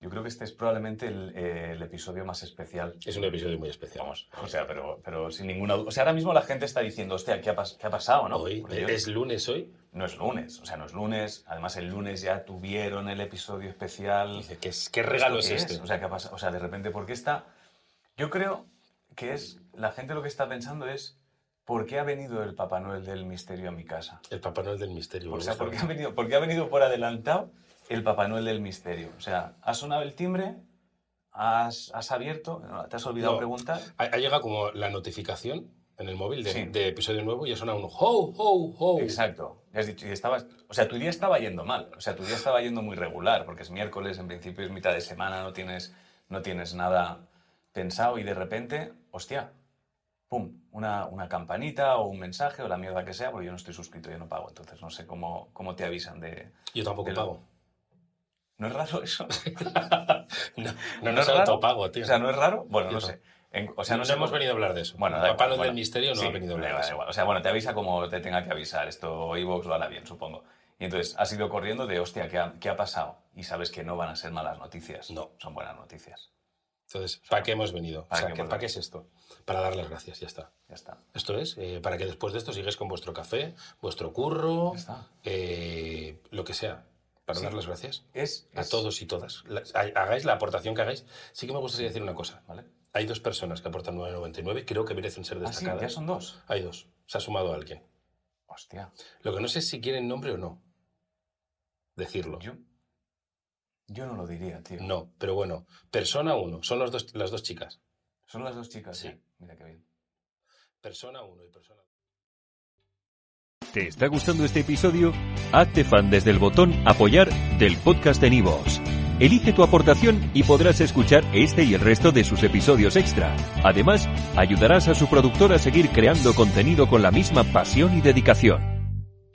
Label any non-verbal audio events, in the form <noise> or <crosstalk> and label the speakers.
Speaker 1: Yo creo que este es probablemente el, eh, el episodio más especial.
Speaker 2: Es un episodio muy especial.
Speaker 1: Vamos, <laughs> o sea, pero, pero sin ninguna duda. O sea, ahora mismo la gente está diciendo, hostia, ¿qué ha, pas- qué ha pasado, no?
Speaker 2: Hoy,
Speaker 1: Porque yo-
Speaker 2: ¿es lunes hoy?
Speaker 1: No es lunes, o sea, no es lunes. Además, el lunes ya tuvieron el episodio especial.
Speaker 2: Dice, ¿qué, es- qué regalo es
Speaker 1: ¿Esto qué
Speaker 2: este?
Speaker 1: O sea, ¿qué ha pasado? O sea, de repente, porque está... Yo creo que es... La gente lo que está pensando es... ¿Por qué ha venido el Papá Noel del misterio a mi casa?
Speaker 2: El Papá Noel del misterio.
Speaker 1: O
Speaker 2: me
Speaker 1: sea,
Speaker 2: gusta
Speaker 1: ¿por qué ha
Speaker 2: mucho.
Speaker 1: venido, por qué ha venido por adelantado el Papá Noel del misterio? O sea, ¿has sonado el timbre? ¿Has, has abierto? ¿Te has olvidado
Speaker 2: No.
Speaker 1: preguntar?
Speaker 2: Ha, ha llegado como la notificación en el móvil de,
Speaker 1: Sí.
Speaker 2: de episodio nuevo y ha sonado uno. ¡Ho, ho, ho!
Speaker 1: Exacto. Ya has dicho, y estabas, o sea, tu día estaba yendo mal, o sea, tu día estaba yendo muy regular, porque es miércoles, en principio es mitad de semana, no tienes, no tienes nada pensado y de repente, hostia, pum, una, una campanita o un mensaje o la mierda que sea, porque yo no estoy suscrito, yo no pago, entonces no sé cómo, cómo te avisan de...
Speaker 2: Yo tampoco
Speaker 1: Pero-
Speaker 2: pago.
Speaker 1: ¿No es raro eso? <laughs>
Speaker 2: No,
Speaker 1: ¿No
Speaker 2: no,
Speaker 1: es
Speaker 2: nos
Speaker 1: raro?
Speaker 2: autopago, tío.
Speaker 1: O sea, ¿no es raro? Bueno, no
Speaker 2: Yo no.
Speaker 1: sé. En- o sea, no,
Speaker 2: no
Speaker 1: sé
Speaker 2: hemos
Speaker 1: cómo-
Speaker 2: venido a hablar de eso.
Speaker 1: Bueno, da
Speaker 2: Papá
Speaker 1: igual,
Speaker 2: Noel
Speaker 1: bueno.
Speaker 2: del misterio no
Speaker 1: Sí,
Speaker 2: ha
Speaker 1: da
Speaker 2: venido a hablar
Speaker 1: igual,
Speaker 2: de
Speaker 1: da
Speaker 2: eso.
Speaker 1: igual. O sea, bueno, te avisa como te tenga que avisar. Esto iVoox lo hará bien, supongo. Y entonces has ido corriendo de, hostia, ¿qué ha, qué ha pasado? Y sabes que no van a ser malas noticias.
Speaker 2: No.
Speaker 1: Son buenas noticias.
Speaker 2: Entonces, ¿para qué hemos venido?
Speaker 1: ¿Para
Speaker 2: o sea,
Speaker 1: qué
Speaker 2: ¿qué-
Speaker 1: hemos
Speaker 2: ¿para qué es esto? Para dar las gracias, ya está.
Speaker 1: Ya está.
Speaker 2: Esto es, eh, para que después de esto sigues con vuestro café, vuestro curro,
Speaker 1: Ya está.
Speaker 2: eh, lo que sea. Para
Speaker 1: Sí.
Speaker 2: dar las gracias
Speaker 1: Es,
Speaker 2: a
Speaker 1: es-
Speaker 2: todos y todas. La- ha- hagáis la aportación que hagáis. Sí que me gustaría decir una cosa.
Speaker 1: ¿Vale?
Speaker 2: Hay dos personas que aportan 9,99. Creo que merecen ser
Speaker 1: Ah, sí,
Speaker 2: destacadas.
Speaker 1: ya son dos.
Speaker 2: Hay dos. Se ha sumado alguien.
Speaker 1: Hostia.
Speaker 2: Lo que no sé es si quieren nombre o no. Decirlo.
Speaker 1: Yo, yo no lo diría, tío.
Speaker 2: No, pero bueno. Persona 1. Son los dos, las dos chicas.
Speaker 1: Son las dos chicas.
Speaker 2: Sí.
Speaker 1: ¿eh? Mira qué bien.
Speaker 2: Persona 1 y persona
Speaker 3: ¿Te está gustando este episodio? Hazte fan desde el botón Apoyar del podcast de Nivos. Elige tu aportación y podrás escuchar este y el resto de sus episodios extra. Además, ayudarás a su productor a seguir creando contenido con la misma pasión y dedicación.